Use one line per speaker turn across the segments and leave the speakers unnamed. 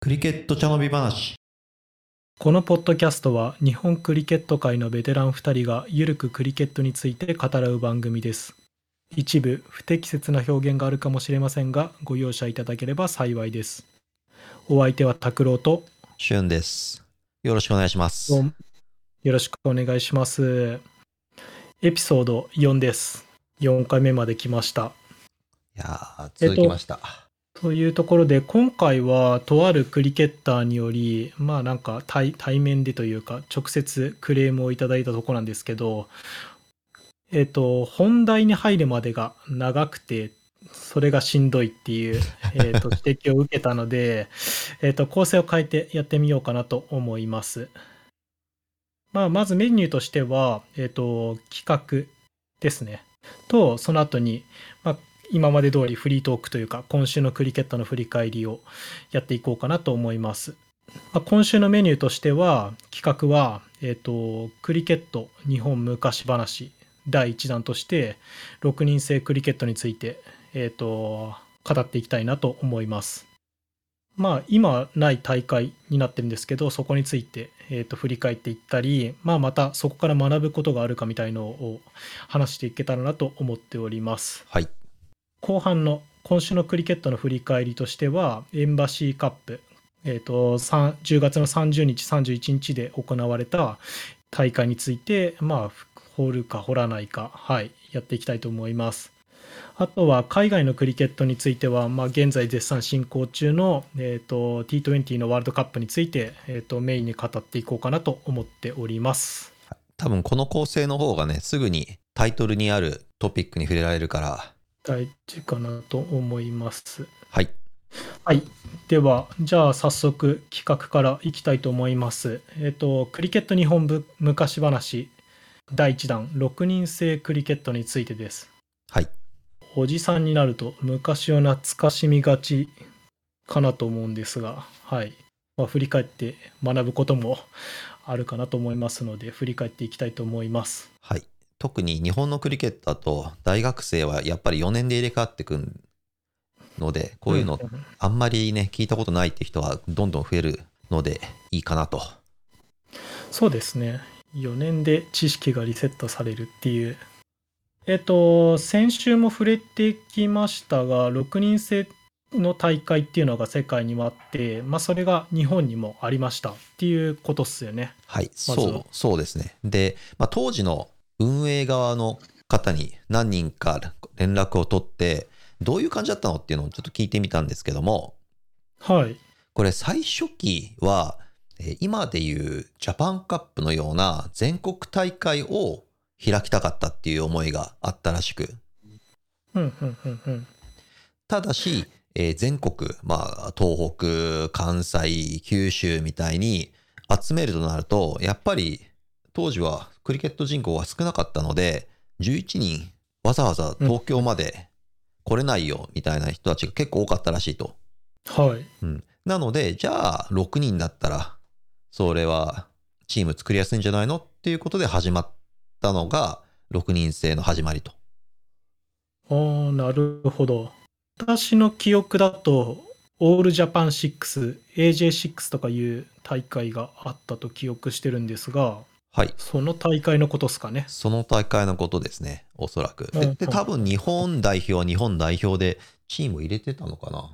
クリケット茶飲み話
このポッドキャストは日本クリケット界のベテラン2人がゆるくクリケットについて語らう番組です一部不適切な表現があるかもしれませんがご容赦いただければ幸いですお相手は拓郎と
しゅんですよろしくお願いします
どうもよろしくお願いしますエピソード4です4回目まで来ました
いやー続きました、
というところで今回はとあるクリケッターによりまあなんか対対面でというか直接クレームをいただいたところなんですけどえっ、と本題に入るまでが長くてそれがしんどいっていう、えーと指摘を受けたので、えっと構成を変えてやってみようかなと思います。まあ、まずメニューとしては、えっと企画ですねとその後に、まあ、今まで通りフリートークというか今週のクリケットの振り返りをやっていこうかなと思います、まあ、今週のメニューとしては企画は、えっとクリケット日本昔話第1弾として6人制クリケットについて、えっと語っていきたいなと思いますまあ今ない大会になってるんですけどそこについて、えっと振り返っていったり、まあ、またそこから学ぶことがあるかみたいのを話していけたらなと思っております
はい
後半の今週のクリケットの振り返りとしてはエンバシーカップ、えー、とさん10月の30日31日で行われた大会についてまあ掘るか掘らないかはいやっていきたいと思いますあとは海外のクリケットについては、まあ、現在絶賛進行中の、えー、と T20 のワールドカップについて、えー、とメインに語っていこうかなと思っております
多分この構成の方がねすぐにタイトルにあるトピックに触れられるから
大事かなと思います
はい
はい。では、じゃあ早速企画からいきたいと思います。えっと、クリケット日本部昔話第1弾、6人制クリケットについてです。
はい
おじさんになると昔を懐かしみがちかなと思うんですが、はい。まあ、振り返って学ぶこともあるかなと思いますので、振り返っていきたいと思います。
はい特に日本のクリケットだと大学生はやっぱり4年で入れ替わってくんのでこういうの
ん
あんまりね聞いたことないって人はどんどん増えるのでいいかなと
そうですね。4年で知識がリセットされるっていう。えっと、先週も触れてきましたが、6人制の大会っていうのが世界にもあって、まあ、それが日本にもありましたっていうことっすよね。
はい、
まずは
そう、そうですね。で、まあ、当時の運営側の方に何人か連絡を取って、どういう感じだったのっていうのをちょっと聞いてみたんですけども、
はい。
これ最初期は、えー今でいうジャパンカップのような全国大会を開きたかったっていう思いがあったらしく、
うんうんうんうん。
ただし、えー全国、まあ、東北、関西、九州みたいに集めるとなると、やっぱり当時はクリケット人口が少なかったので、11人わざわざ東京まで来れないよみたいな人たちが結構多かったらしいと。
はい。
うん、なので、じゃあ6人だったら、それはチーム作りやすいんじゃないのっていうことで始まったのが、6人制の始まりと。
ああ、なるほど。私の記憶だと、オールジャパン6、AJ6 とかいう大会があったと記憶してるんですが、
はい。
その大会のことっすかね。
その大会のことですね、おそらく。
うん
で
う、ん
で多分日本代表は日本代表でチームを入れてたのかな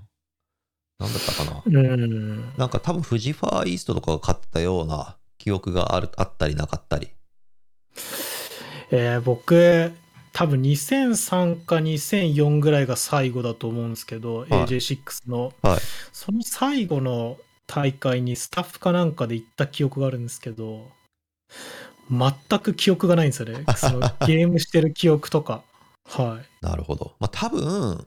なんだったかな
うん。
なんか多分フジファーイーストとかが勝ったような記憶があるあったりなかったり。
えー僕多分2003か2004ぐらいが最後だと思うんですけど、
い
AJ6 の、
はい
その最後の大会にスタッフかなんかで行った記憶があるんですけど全く記憶がないんですよねそのゲームしてる記憶とか はい
なるほど。まあ多分、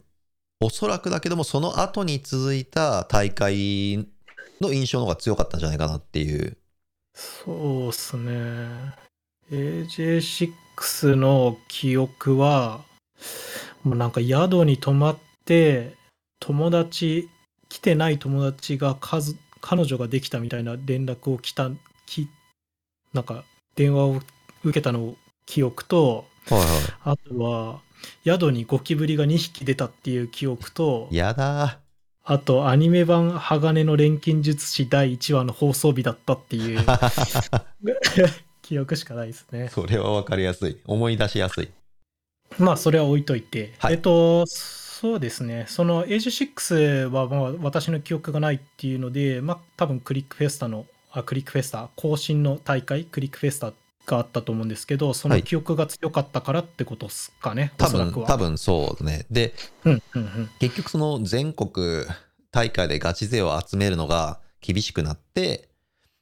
おそらくだけども、その後に続いた大会の印象の方が強かったんじゃないかなっていう。
そうっすね AJ6 の記憶はもうなんか宿に泊まって友達来てない友達が数彼女ができたみたいな連絡を来たきなんか電話を受けたの記憶と
はいは
あとは宿にゴキブリが2匹出たっていう記憶と
い。やだ
あとアニメ版「鋼の錬金術師」第1話の放送日だったっていう 記憶しかないですね。
それは分かりやすい。思い出しやすい。
まあそれは置いといて、
はい
えっとそうですねそのエイジ6はまあ私の記憶がないっていうのでまあ多分クリックフェスタのあクリックフェスタ更新の大会クリックフェスタがあったと思うんですけどそ
は
の
い
記憶が強かったからってことですかね、
多
おそら
分、
くは
多分そうね。で、
うんうんうん
結局その全国大会でガチ勢を集めるのが厳しくなって、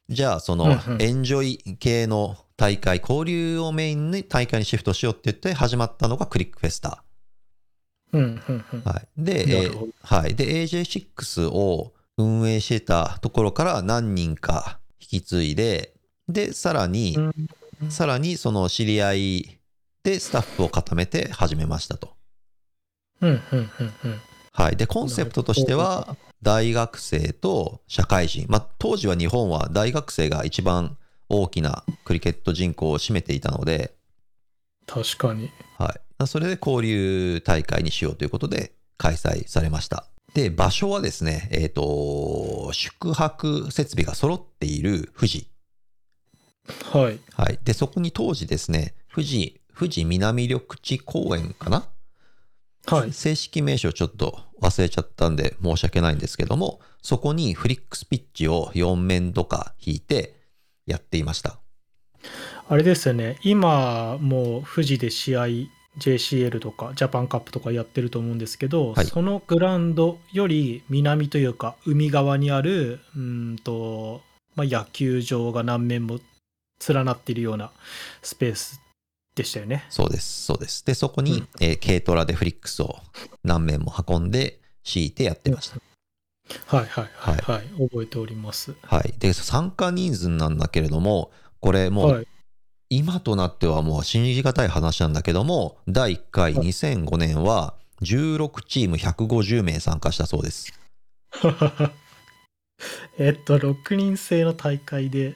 じゃあそ
うん
の
うん
エンジョイ系の大会、交流をメインに大会にシフトしようって言って始まったのがクリックフェスタ。
うんうんうん
はい。で、
な
え
るほ
ー
ど
はい。で、AJ6 を運営してたところから何人か引き継いで、で、さらに、
うん
さらにその知り合いでスタッフを固めて始めましたと。
うんうんうんうん
はい。で、コンセプトとしては、大学生と社会人。まあ、当時は日本は大学生が一番大きなクリケット人口を占めていたので、
確かに
はい。それで交流大会にしようということで開催されました。で、場所はですね、えっ、と、宿泊設備が揃っている富士。
はい
はい。で、そこに当時ですね、富士、富士南緑地公園かな
はい
正式名称ちょっと忘れちゃったんで申し訳ないんですけども、そこにフリックスピッチを4面とか引いてやっていました。
あれですよね、今もう富士で試合 JCL とかジャパンカップとかやってると思うんですけど、
はい
そのグラウンドより南というか海側にあるうーんと、まあ、野球場が何面も連なっているようなスペースでしたよね。
そうです、そうです。で、そこ
う
に
ん、
えー軽トラでフリックスを何面も運んで敷いてやってました。
はいはいはい、はい覚えております。
はい。で、参加人数なんだけれども、これも
は
う
い、
今となってはもう信じがたい話なんだけども、第1回
はい
2005年は16チーム150名参加したそうです。
えっと、6人制の大会で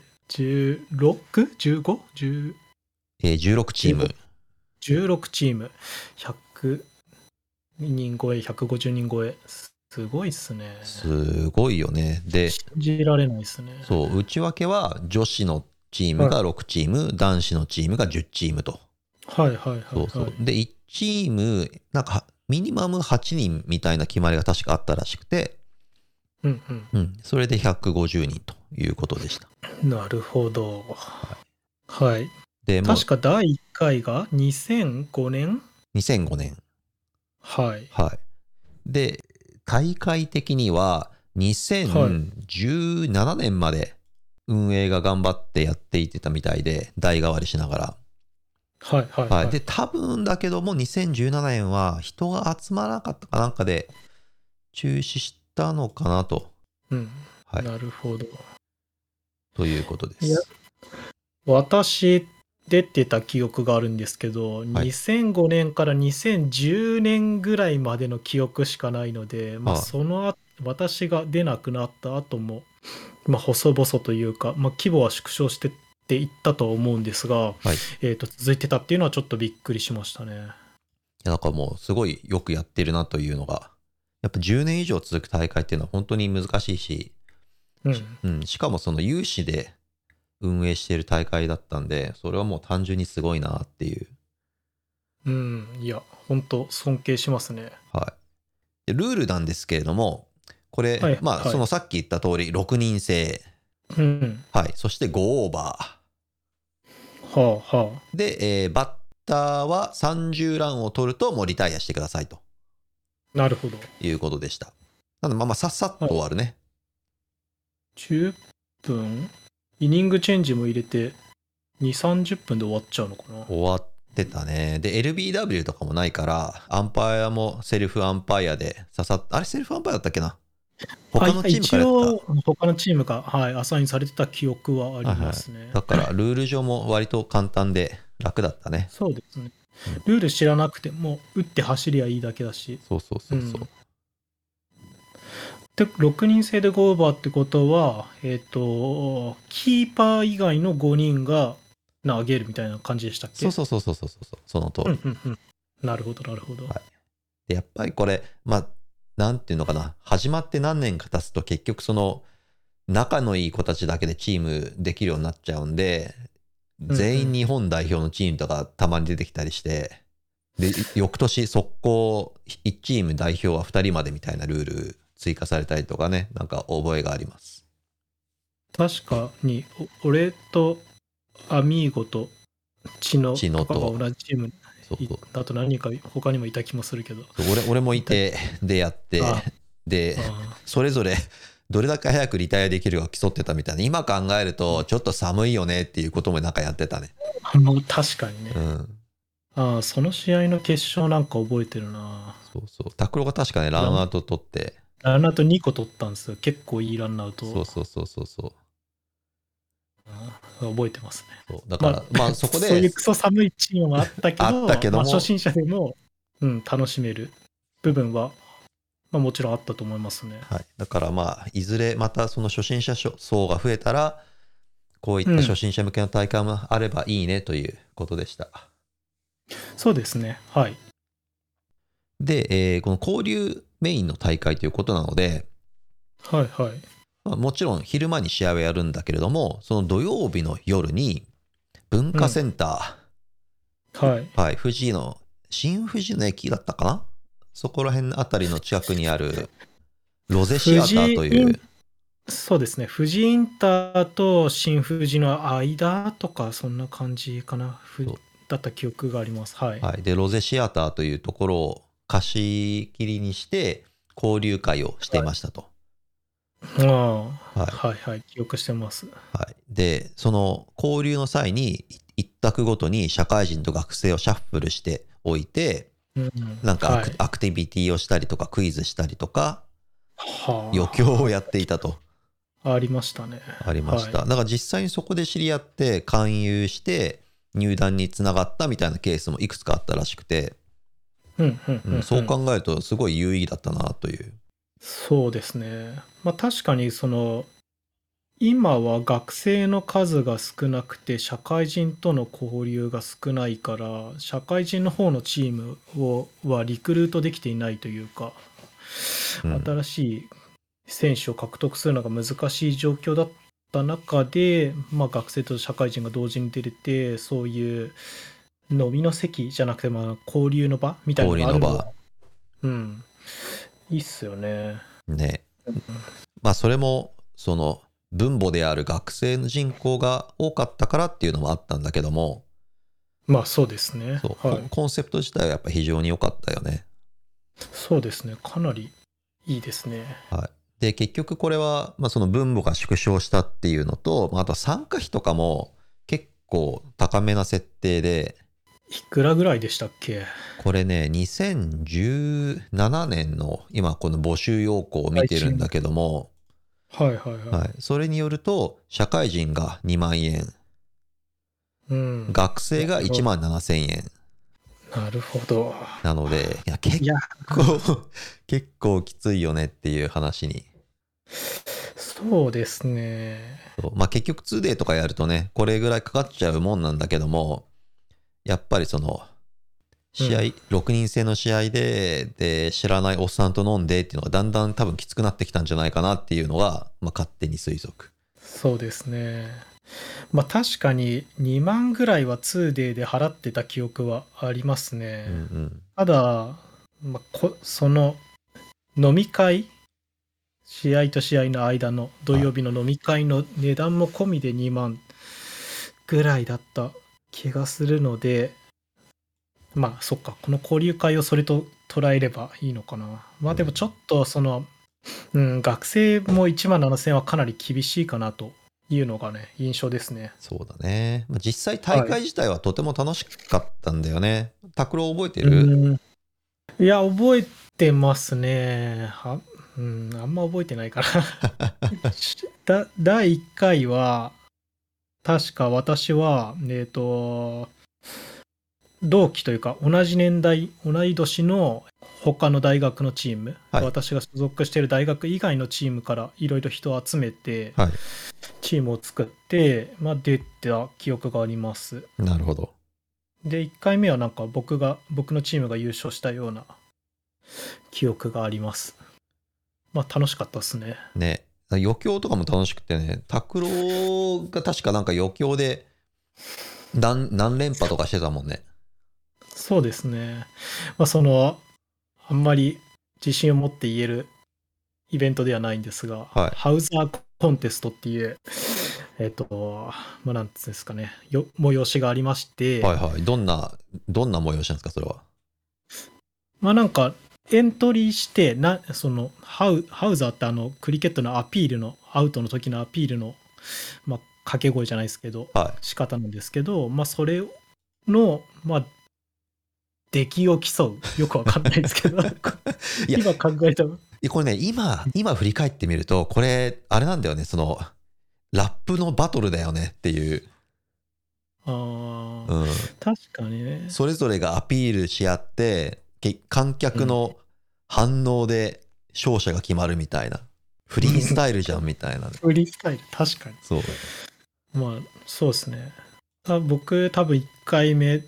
16?15?10?
えー16チーム。
16チーム100人超え150人超えすすごいっすね
すごいよね。で、
信じられないっすね
そう、内訳は女子のチームが6チーム、男子のチームが10チームと。
はいはいはいはい
そうそう。で、1チーム、なんか、ミニマム8人みたいな決まりが確かあったらしくて、
うんう
うん、それで150人ということでした。
んなるほどはい
で、もう
確か第1回が2005年
2005年。
はい
はい。で、大会的には2017年まで運営が頑張ってやっていってたみたいで、代替わりしながら。
はいはいは、
はいい、で多分だけども2017年は人が集まらなかったかなんかで中止したのかなと,、
うん
はい、
なるほど
ということで
いや
す。
私出てた記憶があるんですけど、
はい
2005年から2010年ぐらいまでの記憶しかないので、まあ、
ああ
その後私が出なくなった後も、まあ、細々というか、まあ、規模は縮小してっていったとは思うんですが、
はい
えー、と続いてたっていうのはちょっとびっくりしましたね。
いやなんかもうすごいよくやってるなというのがやっぱ10年以上続く大会っていうのは本当に難しいし、
うん、
うん、しかもその有志で運営している大会だったんでそれはもう単純にすごいなっていう、
うん、いや本当尊敬しますね。
はい、でルールなんですけれどもこれ、
はい
まあ
はい
そのさっき言った通り6人制、
うん、
はい、そして5オーバー。
はあは
で、えーバッターは30ランを取るともうリタイアしてくださいと
あなるほど。
いうことでした。なので、まあまあさっさっと終わるね。
10分イニングチェンジも入れて2 3 0分で終わっちゃうのかな
終わってたね。で、LBW とかもないから、アンパイアもセルフアンパイアでささっあれセルフアンパイアだったっけな他のチームから
あ
やっ
一応他のチームが、はい、アサインされてた記憶はありますね、
た。だから、ルール上も割と簡単で楽だったね。
そうですねルール知らなくても打って走りゃいいだけだし
そうそうそうそう
う。んで6人制で5オーバーってことはえっ、とキーパー以外の5人が投げるみたいな感じでしたっけ
そうそうそうそうそうそう。その通り。
うんうんうんなるほどなるほど、
はいでやっぱりこれ、まあ、なんていうのかな、始まって何年か経つと結局その、仲のいい子たちだけでチームできるようになっちゃうんで、
うん
全員日本代表のチームとかたまに出てきたりして、で、翌年速攻1チーム代表は2人までみたいなルール追加されたりとかね、なんか覚えがあります。
確かにお俺とアミーゴとチノ
チノ
と
と
かが同じチーム
そうそう
だと何人か他にもいた気もするけど
俺俺もいて、でやって
あ、
で、
あ
それぞれどれだけ早くリタイアできるか競ってたみたいな今考えるとちょっと寒いよねっていうこともなんかやってたね
ーもう確かにね
うん
ああその試合の決勝なんか覚えてるな
そうそう拓郎が確かねランアウト取って
ランナウト2個取ったんですよ結構いいランナウト
そうそうそうそうそう
うん覚えてますね
そうだからま あそこ
そうい
で
うクソ寒いチームもあったけど
あったけども
まあ、初心者でも、うん、楽しめる部分は、まあ、もちろんあったと思いますね
はいだからまあいずれまたその初心者層が増えたらこういった初心者向けの大会もあればいいねということでした、
そうですねはい
で、えーこの交流メインの大会ということなので、
はいはい
まあ、もちろん昼間に試合はやるんだけれどもその土曜日の夜に文化センタ
はい
ー、はい富士の新富士の駅だったかなそこら辺あたりの近くにあるロゼシアターとい
富士イ
う
ンそうですね富士インターと新富士の間とかそんな感じかなふ
そう
だった記憶がありますはい、
はい、でロゼシアターというところを貸し切りにして交流会をしていましたと、
ああ
はい
はいはい記憶してます
はい、でその交流の際に一択ごとに社会人と学生をシャッフルしておいて
うん
なんかア
は
ク,、
い
アクティビティをしたりとかクイズしたりとか
はあ
余興をやっていたと
ありましたね
ありました、
は
だから実際にそこで知り合って勧誘して入団につながったみたいなケースもいくつかあったらしくて、
いうんうん
う
うんん、うん、
そう考えるとすごい有意義だったなという、
そうですね。まあ確かにその今は学生の数が少なくて社会人との交流が少ないから社会人の方のチームをはリクルートできていないというか
うん
新しい選手を獲得するのが難しい状況だった中で、まあ、学生と社会人が同時に出れてそういう飲みの席じゃなくてまあ交流の場みたいなのがあるのは、うん、いいっすよね。
ねまあそれもその分母である学生の人口が多かったからっていうのもあったんだけども
まあそうですね。
そう、
はい
コン、コンセプト自体はやっぱ非常に良かったよね
そうですね。かなりいいですね。
で結局これは、まあ、その分母が縮小したっていうのと、まあ、あと参加費とかも結構高めな設定で
いくらぐらいでしたっけ
これね2017年の今この募集要項を見てるんだけども、
はいはいはい。
はい、それによると社会人が2万円
うん。
学生が1万7000円
なるほど。
なのでいや結
いや、
構 結構きついよねっていう話に
そうですね。
そうまあ結局 2day とかやるとねこれぐらいかかっちゃうもんなんだけどもやっぱりその試合、
う
6人制の試合でで知らないおっさんと飲んでっていうのがだんだん多分きつくなってきたんじゃないかなっていうのが、まあ、勝手に推測
そうですね。まあ確かに2万ぐらいは 2day で払ってた記憶はありますね。
うんうん
ただ、まあ、こその飲み会試合と試合の間の土曜日の飲み会の値段も込みで2万ぐらいだった気がするのでまあそっかこの交流会をそれと捉えればいいのかなまあでもちょっとその、うん、学生も1万7000はかなり厳しいかなというのがね印象ですね
そうだね、まあ、実際大会自体はとても楽しかったんだよね拓郎、覚えてる、
うんいや覚えてますねはうんあんま覚えてないから しだ第1回は確か私はえっ、と同期というか同じ年代同い年の他の大学のチーム、
はい
私が所属している大学以外のチームからいろいろ人を集めて
はい
チームを作って、まあ、出た記憶があります
なるほど
で1回目はなんか僕が僕のチームが優勝したような記憶がありますまあ楽しかったですね。
ね、余興とかも楽しくてね、拓郎が確かなんか余興で何何連覇とかしてたもんね。
そうですね。まあその、あんまり自信を持って言えるイベントではないんですが、
はい
ハウザーコンテストっていう、えっ、と、まあなんつうんですかね、よ催しがありまして、
はいはい。どんな、どんな催しなんですか、それは。
まあなんかエントリーしてなそのハウハウザーってあのクリケットのアピールのアウトの時のアピールの、まあ、掛け声じゃないですけど
は
仕方なんですけど、まあ、それの、まあ、出来を競うよくわかんないですけど
いや
今考えたら
い。これね、今、今振り返ってみると、これ、あれなんだよね、その、ラップのバトルだよねっていう、
あー、
うん、
確かにね
それぞれがアピールし合って、け観客の反応で勝者が決まるみたいな。フリースタイルじゃんみたいなね。
フリースタイル確かに
そう。
まあそうですねあ僕多分1回目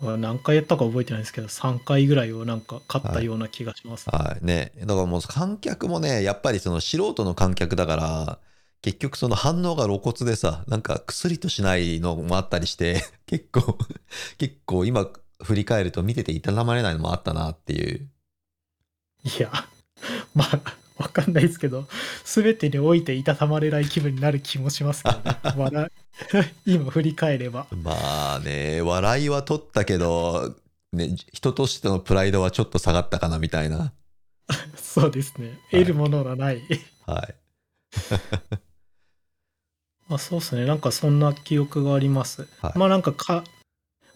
は何回やったか覚えてないですけど3回ぐらいをなんか勝ったような気がします、
はいね、だからもう観客もねやっぱりその素人の観客だから結局その反応が露骨でさなんか薬としないのもあったりして 結構結構今振り返ると見てていたたまれないのもあったなっていう
いや、まあ、わかんないですけど、すべてにおいていたたまれない気分になる気もしますけどね。笑い今振り返れば。
まあね笑いは取ったけど、ね、人としてのプライドはちょっと下がったかなみたいな
そうですね。
はい
得るものがない。
はい
まあそうですね。なんかそんな記憶があります。
はい
まあなんかか、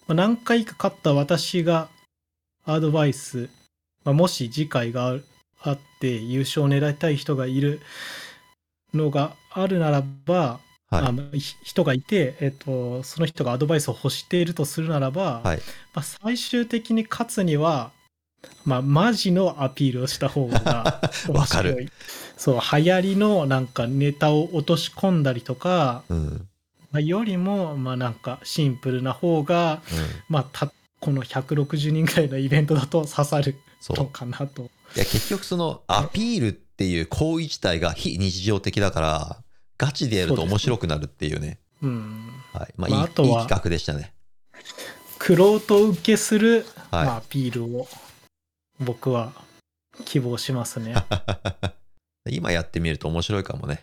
まあ、何回か勝った私がアドバイス、まあ、もし次回があるあって優勝を狙いたい人がいるのがあるならば、あ
はい
のひ人がいて、えっと、その人がアドバイスを欲しているとするならば、
はい
まあ、最終的に勝つには、まあ、マジのアピールをした方が
わかる
面白いそう流行りのなんかネタを落とし込んだりとか、
うんうん
まあ、よりもまあなんかシンプルな方が、まあ、たこの160人ぐらいのイベントだと刺さる
そう
のかなと。
いや結局そのアピールっていう行為自体が非日常的だからガチでやると面白くなるっていうね
うん
はい。まあ、
まあ
いい
あとはい
い企画でしたね。
クロート受けする、
はい
まあ、アピールを僕は希望しま すね。
今やってみると面白いかもね。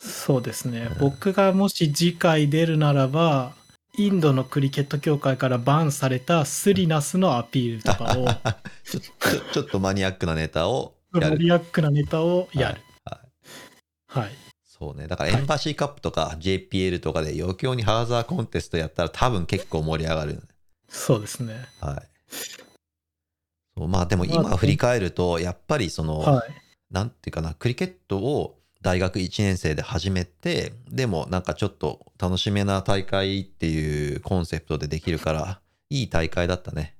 そうですね
うん。
僕がもし次回出るならば、インドのクリケット協会からバンされたスリナスのアピールと かを、
ちょちょちょっとマニアックなネタをや
マ
る。
ニアックなネタをやる。
はい
はい。
そうね。だからエンバシーカップとか JPL とかで余興にハーザーコンテストやったら多分結構盛り上がる。
そうですね。
はい。そうまあでも今
まあ
振り返ると、やっぱりその、
はい。
なんていうかな、クリケットを大学1年生で始めて、でもなんかちょっと楽しめな大会っていうコンセプトでできるから、いい大会だったね。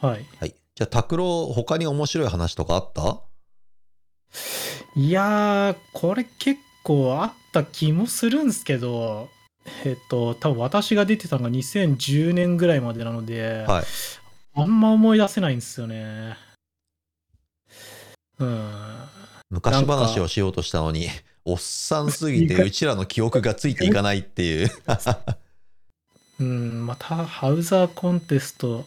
はい。
はい。じゃあ、拓郎、他に面白い話とかあった
いやー、これ結構あった気もするんですけど、えっと、多分私が出てたのが2010年ぐらいまでなので、
はい
あんま思い出せないんですよね。うん。
昔話をしようとしたのに、おっさんす ぎて、うちらの記憶がついていかないっていう。
うん、またハウザーコンテスト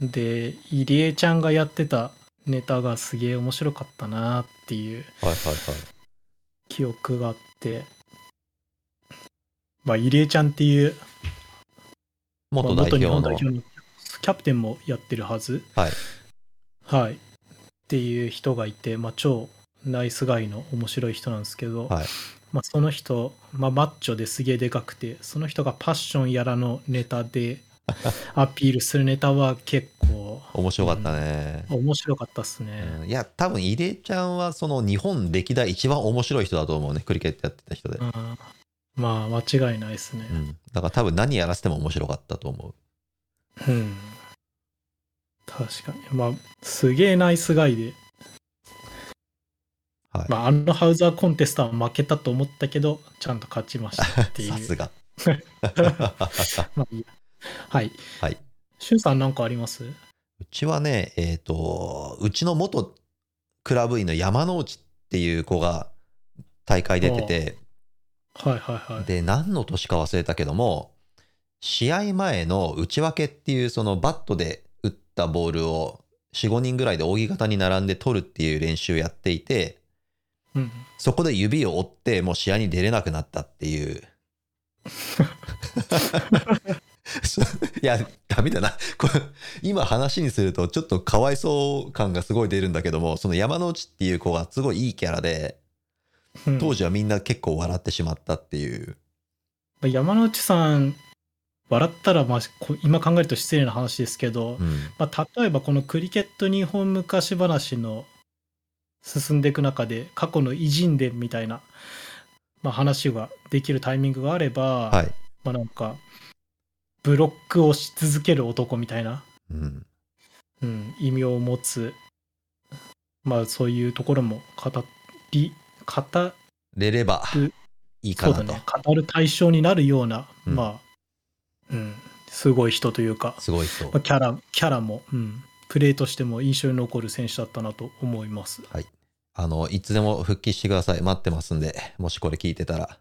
で入江ちゃんがやってたネタがすげえ面白かったなっていう
はいはい
記憶があって、まあ、入江ちゃんっていうまあ
元代表
日
の。
本代表のキャプテンもやってるはず、
はい
はいっていう人がいて、まあ、超ナイスガイの面白い人なんですけど、
はい
まあ、その人、まあ、マッチョですげえでかくてその人がパッションやらのネタ でアピールするネタは結構
面白かったね。
面白かったっすね、
うんいや、多分、入江ちゃんは、その日本歴代一番面白い人だと思うね。クリケットやってた人で。
うんまあ間違いないですね
うん、だから多分何やらせても面白かったと思う。
うん確かにまあすげえナイスガイで
はい
まあ、あのハウザーコンテストは負けたと思ったけど、ちゃんと勝ちましたって い
さす
う。
が。
まあいいやはい。
はい。
シュンさんなんかあります
うちはね、えっ、と、うちの元クラブ員の山之内っていう子が大会出てて、
はいはいはい。
で、何の年か忘れたけども、試合前の内訳っていう、そのバットで打ったボールを4、5人ぐらいで扇形に並んで取るっていう練習やっていて、
うん。
そこで指を折って、もう試合に出れなくなったっていう。 そいや、ダメだな。これ、今話にすると、ちょっとかわいそう感がすごい出るんだけども、その山之内っていう子がすごいいいキャラで、
うん
当時はみんな結構笑ってしまったっていう。
山之内さん、笑ったら、まあ、こ今考えると失礼な話ですけど、
うん。
まあ、例えばこのクリケット日本昔話の進んでいく中で過去の偉人伝みたいな、まあ、話ができるタイミングがあれば、
はい。
まあ、なんかブロックをし続ける男みたいな、
うん。
うん、異名を持つ、まあ、そういうところも語り語
れれば
う、
いいか
そう
な
だ
と。
ね語る対象になるような、
うん
まあ、うん、すごい人というか、
すごいそう
まあ、。キャラキャラも、うん、プレーとしても印象に残る選手だったなと思います。
あの、いつでも復帰してください。待ってますんで、もしこれ聞いてたら。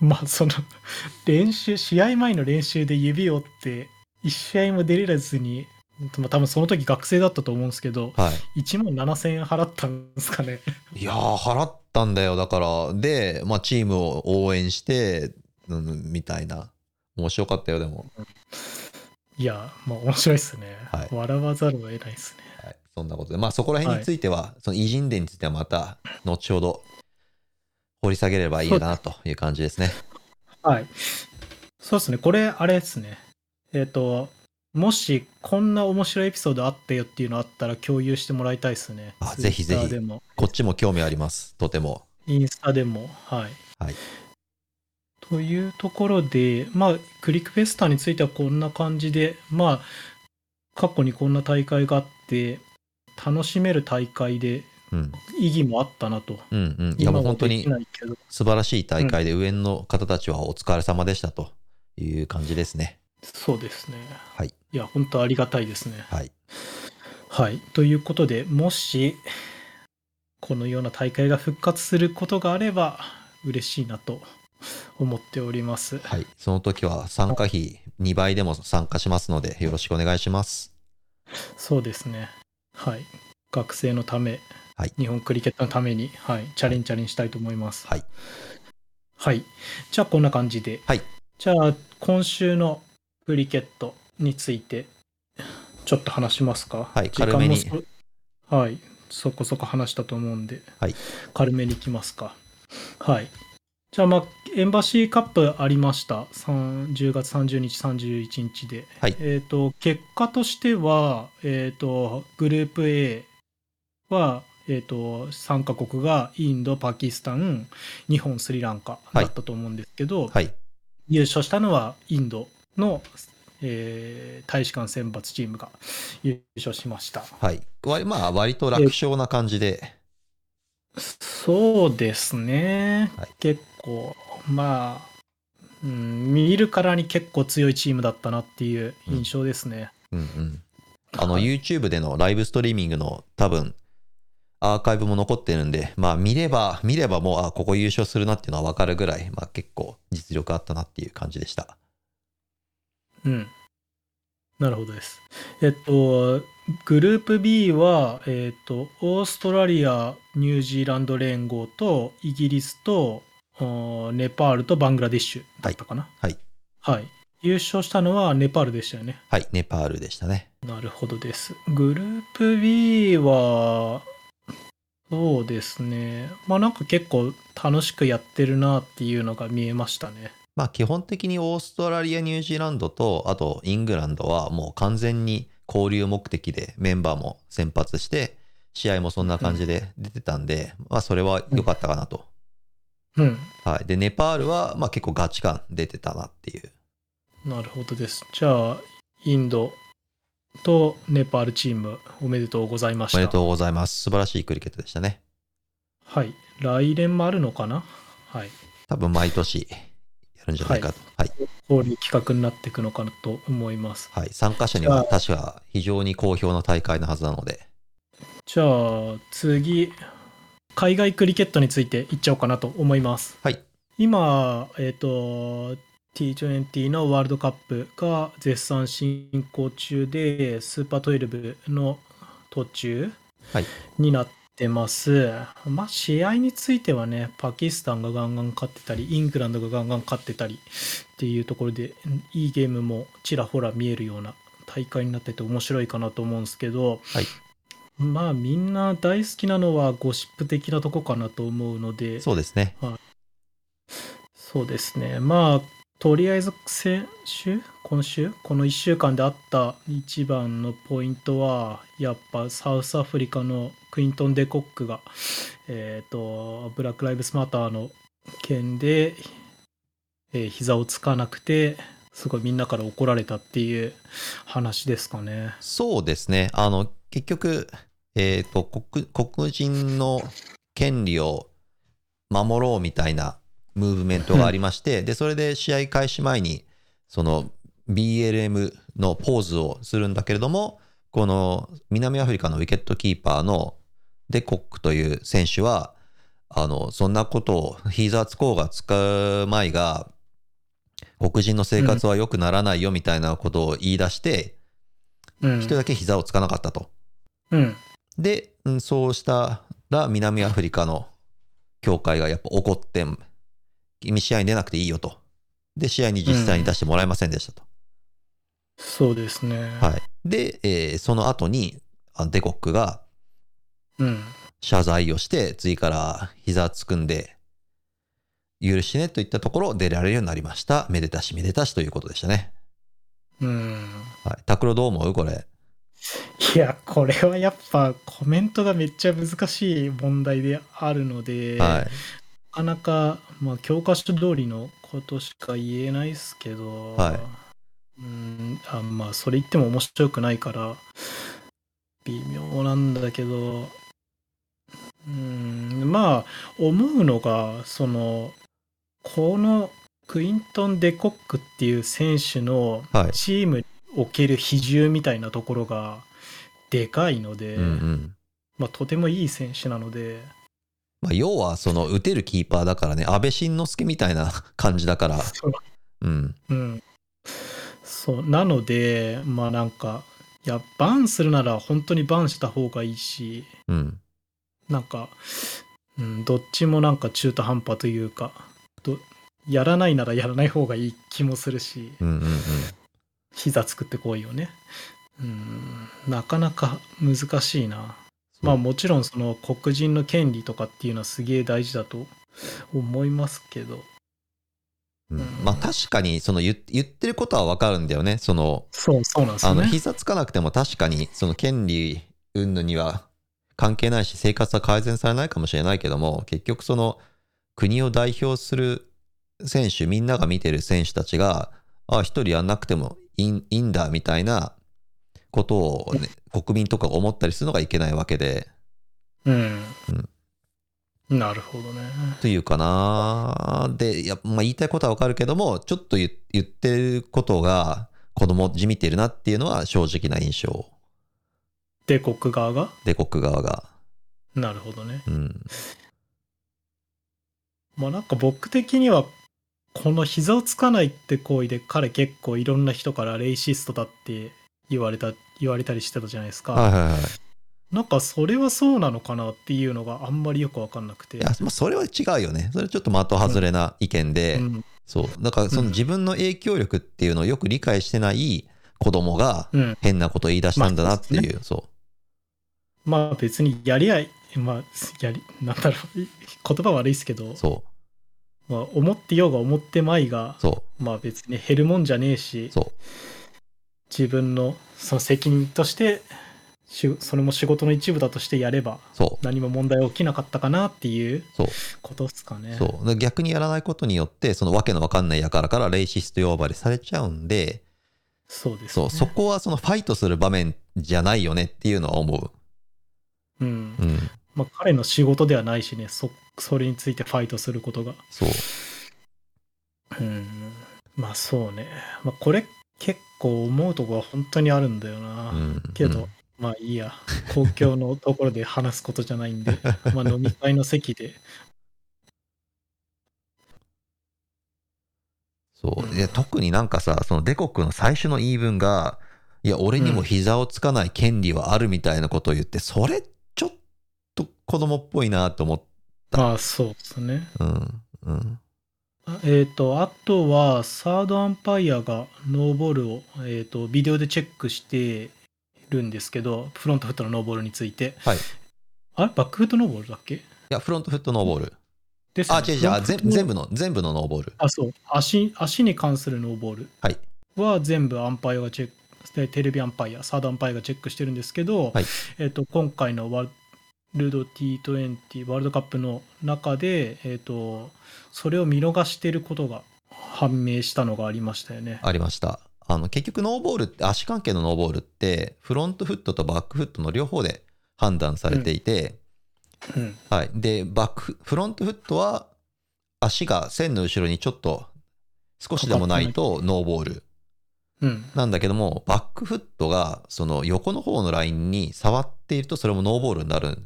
まあその 練習試合前の練習で指を折って1試合も出れずに、まあ、多分その時学生だったと思うんですけど
はい。
1万7000円払ったんですかね
いやー払ったんだよだからで、まあ、チームを応援して、うん、みたいな面白かったよでも、
いやまあ面白いっすね、
はい
笑わざるを得ないっすね
はい、そんなことでまあそこら辺については、その偉人伝についてはまた後ほど掘り下げればいいなという感じですね
はいそうですねこれあれですねえっ、ともしこんな面白いエピソードあったよっていうのあったら共有してもらいたいですね
あぜひぜひ
Twitter でも
こっちも興味ありますとても
インスタでも、はい。
はい
というところで、まあ、クリックフェスタについてはこんな感じで、まあ、過去にこんな大会があって、楽しめる大会で
うん
意義もあったなと。
うんうんいやもう
は
本当
で
に
きないけど
素晴らしい大会で上の方たちはお疲れ様でしたという感じですね、
そうですね。
はい。
いや、本当ありがたいですね。
はい
はい。ということで、もし、このような大会が復活することがあれば、嬉しいなと思っております。
はい、その時は参加費2倍でも参加しますのでよろしくお願いします
そうですね。はい。学生のため、
はい
日本クリケットのために、はい、チャレンジャレンジしたいと思います。
はい。
はい。じゃあ、こんな感じで。
はい
じゃあ、今週のクリケットについて、ちょっと話しますか。
はい
時間
軽めに
もそはい。そこそこ話したと思うんで、
はい
軽めにいきますか。はい。じゃあ、まあ、エンバシーカップありました。3 10月30日、31日で。
はい
えっ、と、結果としては、えっ、と、グループ A は、えっ、と、3カ国がインド、パキスタン、日本、スリランカだったと思うんですけど、
はい
優勝したのはインドの、えー大使館選抜チームが優勝しました。
はい。割まあ、割と楽勝な感じで、
そうですね、
はい
結構、まあ、うん、見るからに結構強いチームだったなっていう印象ですね。
うんうん。あの、
はい
YouTube でのライブストリーミングの多分、アーカイブも残ってるんで、まあ、見れば、見ればもう、あ、ここ優勝するなっていうのは分かるぐらい、まあ、結構実力あったなっていう感じでした。
うん。なるほどです。えっと、グループ B は、えっと、オーストラリア、ニュージーランド連合と、イギリスと、おネパールとバングラディッシュだったかな。
はい
はい。優勝したのはネパールでしたよね。
はい、ネパールでしたね。
なるほどです。グループ B は、そうですね。まあなんか結構楽しくやってるなっていうのが見えましたね。
まあ、基本的にオーストラリア、ニュージーランドと、あとイングランドはもう完全に交流目的でメンバーも先発して、試合もそんな感じで出てたんで、まあ、それは良かったかなと。
うん。
はい。で、ネパールは、まあ、結構ガチ感出てたなっていう。
なるほどです。じゃあ、インドとネパールチーム、おめでとうございまし
お
た。
めでとうございます。素晴らしいクリケットでしたね。
はい。来年もあるのかなはい。
多分毎年やるんじゃないかと。はい。
こういう企画になっていくのかなと思います。
はい。参加者には確か非常に好評な大会のはずなので。
じゃあ次海外クリケットについていっちゃおうかなと思います
はい
今えっ、と T20 のワールドカップが絶賛進行中でスーパー12の途中
はい
になってます、まあ試合についてはねパキスタンがガンガン勝ってたりイングランドがガンガン勝ってたりっていうところでいいゲームもちらほら見えるような大会になってて面白いかなと思うんですけど、
はい
まあみんな大好きなのはゴシップ的なとこかなと思うので
そうですね
そうですね、まあ、とりあえず先週、今週、この1週間であった一番のポイントは、やっぱサウスアフリカのクイントン・デコックが、えーと、ブラック・ライブスマターの件で、えー膝をつかなくて、すごいみんなから怒られたっていう話ですかね。
そうですね。あの、結局、えっ、と黒、黒人の権利を守ろうみたいなムーブメントがありまして、で、それで試合開始前に、その BLM のポーズをするんだけれども、この南アフリカのウィケットキーパーのデコックという選手は、あの、そんなことを膝つこうがつかまいが、黒人の生活は良くならないよみたいなことを言い出して、
うん
一。人だけ膝をつかなかったと。
うん、
で、うんそうしたら南アフリカの協会がやっぱ怒って、君試合に出なくていいよと。で、試合に実際に出してもらえませんでしたと。
そうですね。
はい。で、えーその後に、あデコックが
うん。
謝罪をして、次から膝つくんで、許してねといったところ、出られるようになりました。めでたしめでたしということでしたね。
うん。
はい。拓郎どう思うこれ。
いや、これはやっぱコメントがめっちゃ難しい問題であるので、
は。
ないかなか、まあ、教科書通りのことしか言えないですけど、
はい
うんあまあ、それ言っても面白くないから、微妙なんだけど、うん、まあ、思うのが、その、このクイントン・デコックっていう選手の、
はい。
チームにおける比重みたいなところがでかいので、
うんうん。
まあ、とてもいい選手なので、
まあ、要はその打てるキーパーだからね安倍晋之助みたいな 感じだから、うん、
うん、そうなのでまあなんかいやバンするなら本当にバンした方がいいし
うん、
なんか、うん、どっちもなんか中途半端というかどやらないならやらない方がいい気もするし
うん、うん、うん、
膝作ってこいよね、うん、なかなか難しいな。まあもちろんその黒人の権利とかっていうのはすげえ大事だと思いますけど
うんまあ、確かにその言言ってることはわかるんだよね、その、
そうそうなんです
あ
よ
の
ね
膝つかなくても確かにその権利云々には関係ないし生活は改善されないかもしれないけども結局その国を代表する選手みんなが見てる選手たちがあ一人やんなくてもいいいいんだみたいなことを ね、国民とかが思ったりするのがいけないわけで
うん、なるほどね
というかなでいや、まあ、言いたいことはわかるけどもちょっと言言ってることが子供じみてるなっていうのは正直な印象
で国側が
で国側が。
なるほどね
うん
まあなんか僕的にはこの膝をつかないって行為で彼結構いろんな人からレイシストだって言われた言われたりしてたじゃないですか、
はいはいはい
なんかそれはそうなのかなっていうのがあんまりよく分かんなくて
いや、まあ、それは違うよね。それちょっと的外れな意見で、
うん
そう。だからその自分の影響力っていうのをよく理解してない子供が
うん、
変なことを言い出したんだなっていう、そ
まあ別にやり合い、まあ、やり、なんだろう、 言葉悪いですけど
う、、そ
まあ、思ってようが思ってまいが
う、、そ
まあ別に減るもんじゃねえし
う、、そ
自分のその責任として、しそれも仕事の一部だとしてやれば、
う、そう、
何も問題起きなかったかなっていう
そう、
ことですかね。
そう。だから逆にやらないことによって、そのわけのわかんないやからからレイシスト呼ばれされちゃうんで、
そうです
そ
ね。
う、そこはそのファイトする場面じゃないよねっていうのは思
うん
う。。うん。
まあ彼の仕事ではないしね、そ、それについてファイトすることが。
そう。
うん。まあそうね。まあこれ結構思うとこは本当にあるんだよな。
うん。
けど、まあいいや、公共のところで話すことじゃな いんで、まあ飲み会の席で、
そう
うん
で特になんかさそのデコ君の最初の言い分がいや俺にも膝をつかない権利はあるみたいなことを言って、それちょっと子供っぽいなと思っ
まあそうですね。
たうんうん
あえっ、と、あとは、サードアンパイアがノーボールを、えー、とビデオでチェックしてるんですけど、フロントフットのノーボールについて。
はい
あれバックフットノーボールだっけ
いやフロントフットノーボール
です
あ違う違うあ
フロントフ
ぜ
ットノーボ
全部の
ール
全部のノーボール
あ、そう。足、足に関するノーボール
はい
は全部アンパイアがチェック、でテレビアンパイア、サードアンパイアがチェックしてるんですけど、
はい
えっと、今回のワールド T20、ワールドカップの中で、えっと、それを見逃していることが判明したのがありましたよね。
ありましたあの結局ノーボールって足関係のノーボールってフロントフットとバックフットの両方で判断されていて、
うん。
はい、でバックフフロントフットは足が線の後ろにちょっと少しでもないとノーボール
うん。
なんだけどもバックフットがその横の方のラインに触っているとそれもノーボールになる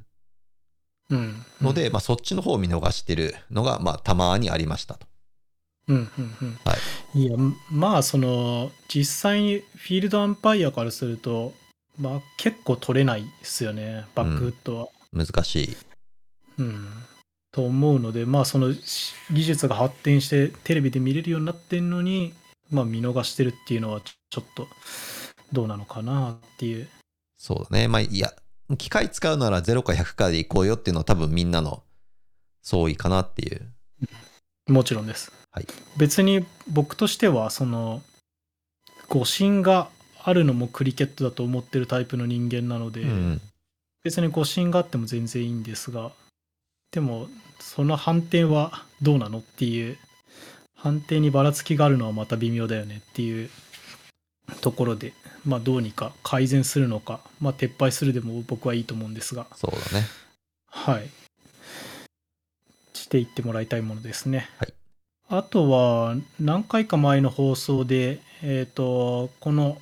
うん。
ので、まあ、そっちの方を見逃してるのが、まあ、たまにありましたと。
うんうんうん
はい
やまあその実際にフィールドアンパイアからすると、まあ、結構取れないですよねバックフットは。
難しい。
うんと思うのでまあそのし技術が発展してテレビで見れるようになってんのに、まあ、見逃してるっていうのはちょちょっとどうなのかなっていう。
そうだね。まあ、いや、機械使うなら0か100かでいこうよっていうのは多分みんなの相違かなっていう。
もちろんです。
はい
別に僕としてはその誤信があるのもクリケットだと思ってるタイプの人間なので、
うん
別に誤信があっても全然いいんですがでもその判定はどうなのっていう判定にばらつきがあるのはまた微妙だよねっていうところでまあどうにか改善するのかまあ撤廃するでも僕はいいと思うんですが
そうだね。
はいしていってもらいたいものですね
はい
あとは何回か前の放送でえっ、とこの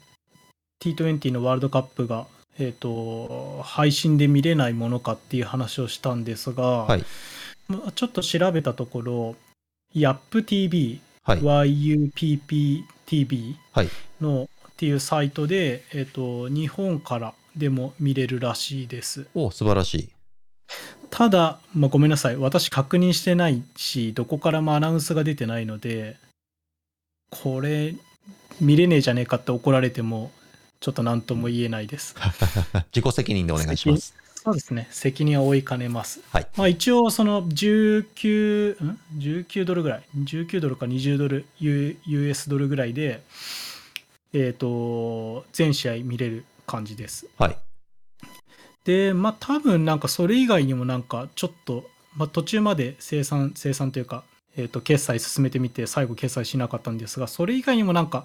T20 のワールドカップが、えー、と配信で見れないものかっていう話をしたんですが、
はい
まあちょっと調べたところ YAPTV、
はい。
YUPPTV
はい
のっていうサイトで、えー、と日本からでも見れるらしいです。
お素晴らしい。
ただ、まあ、ごめんなさい私確認してないしどこからもアナウンスが出てないのでこれ見れねえじゃねえかって怒られてもちょっと何とも言えないです
自己責任でお願いします。
そうですね責任は負いかねます、
はい
まあ、一応その19ん19ドルぐらい19ドルか20ドル U- US ドルぐらいでえっ、と全試合見れる感じです
はい。
でまあ多分なんかそれ以外にもなんかちょっと、まあ、途中まで生産生産というか、えー、と決済進めてみて最後決済しなかったんですがそれ以外にもなんか、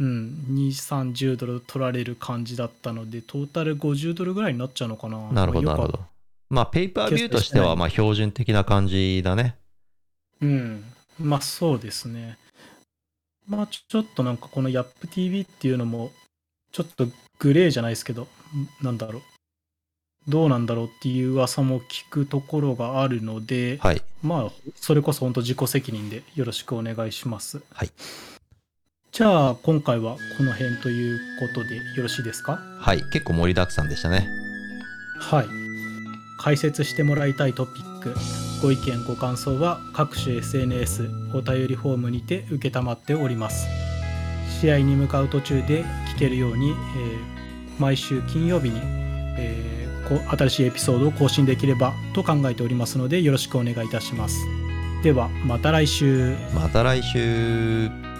うん、230ドル取られる感じだったのでトータル50ドルぐらいになっちゃうのかな
なるほど、
ま
な
あ
るほ
よく
ど。まあ、ペーパービューとしては、まあ、標準的な感じだね。
うんまあそうですねまあちょちょっとなんかこの YAPTV っていうのもちょっとグレーじゃないですけどんなんだろうどうなんだろうっていう噂も聞くところがあるので、
はい。
まあ、それこそ本当自己責任でよろしくお願いします。
はい。
じゃあ、今回はこの辺ということでよろしいですか
はい。結構盛りだくさんでしたね。
はい。解説してもらいたいトピック、ご意見、ご感想は各種 SNS、お便りフォームにて受けたまっております。試合に向かう途中で聞けるように、えー毎週金曜日に、えーこ新しいエピソードを更新できればと考えておりますのでよろしくお願いいたします。ではまた来週。
また来週。